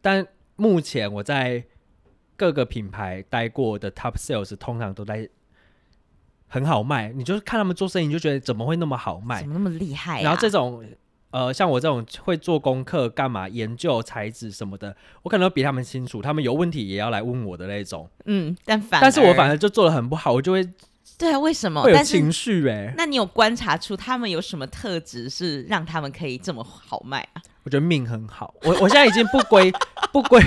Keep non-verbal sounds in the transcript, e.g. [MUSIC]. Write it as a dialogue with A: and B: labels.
A: 但目前我在各个品牌待过的 top sales 通常都在很好卖，你就是看他们做生意，你就觉得怎么会那么好卖
B: 怎？么那么厉害、啊？
A: 然后这种呃，像我这种会做功课、干嘛研究材质什么的，我可能比他们清楚，他们有问题也要来问我的那种。
B: 嗯，但反
A: 但是我反
B: 而
A: 而就做的很不好，我就会
B: 对啊，为什么？
A: 会有
B: 但是
A: 情绪哎、
B: 那你有观察出他们有什么特质是让他们可以这么好卖啊？
A: [LAUGHS] 我觉得命很好，我我现在已经不归不归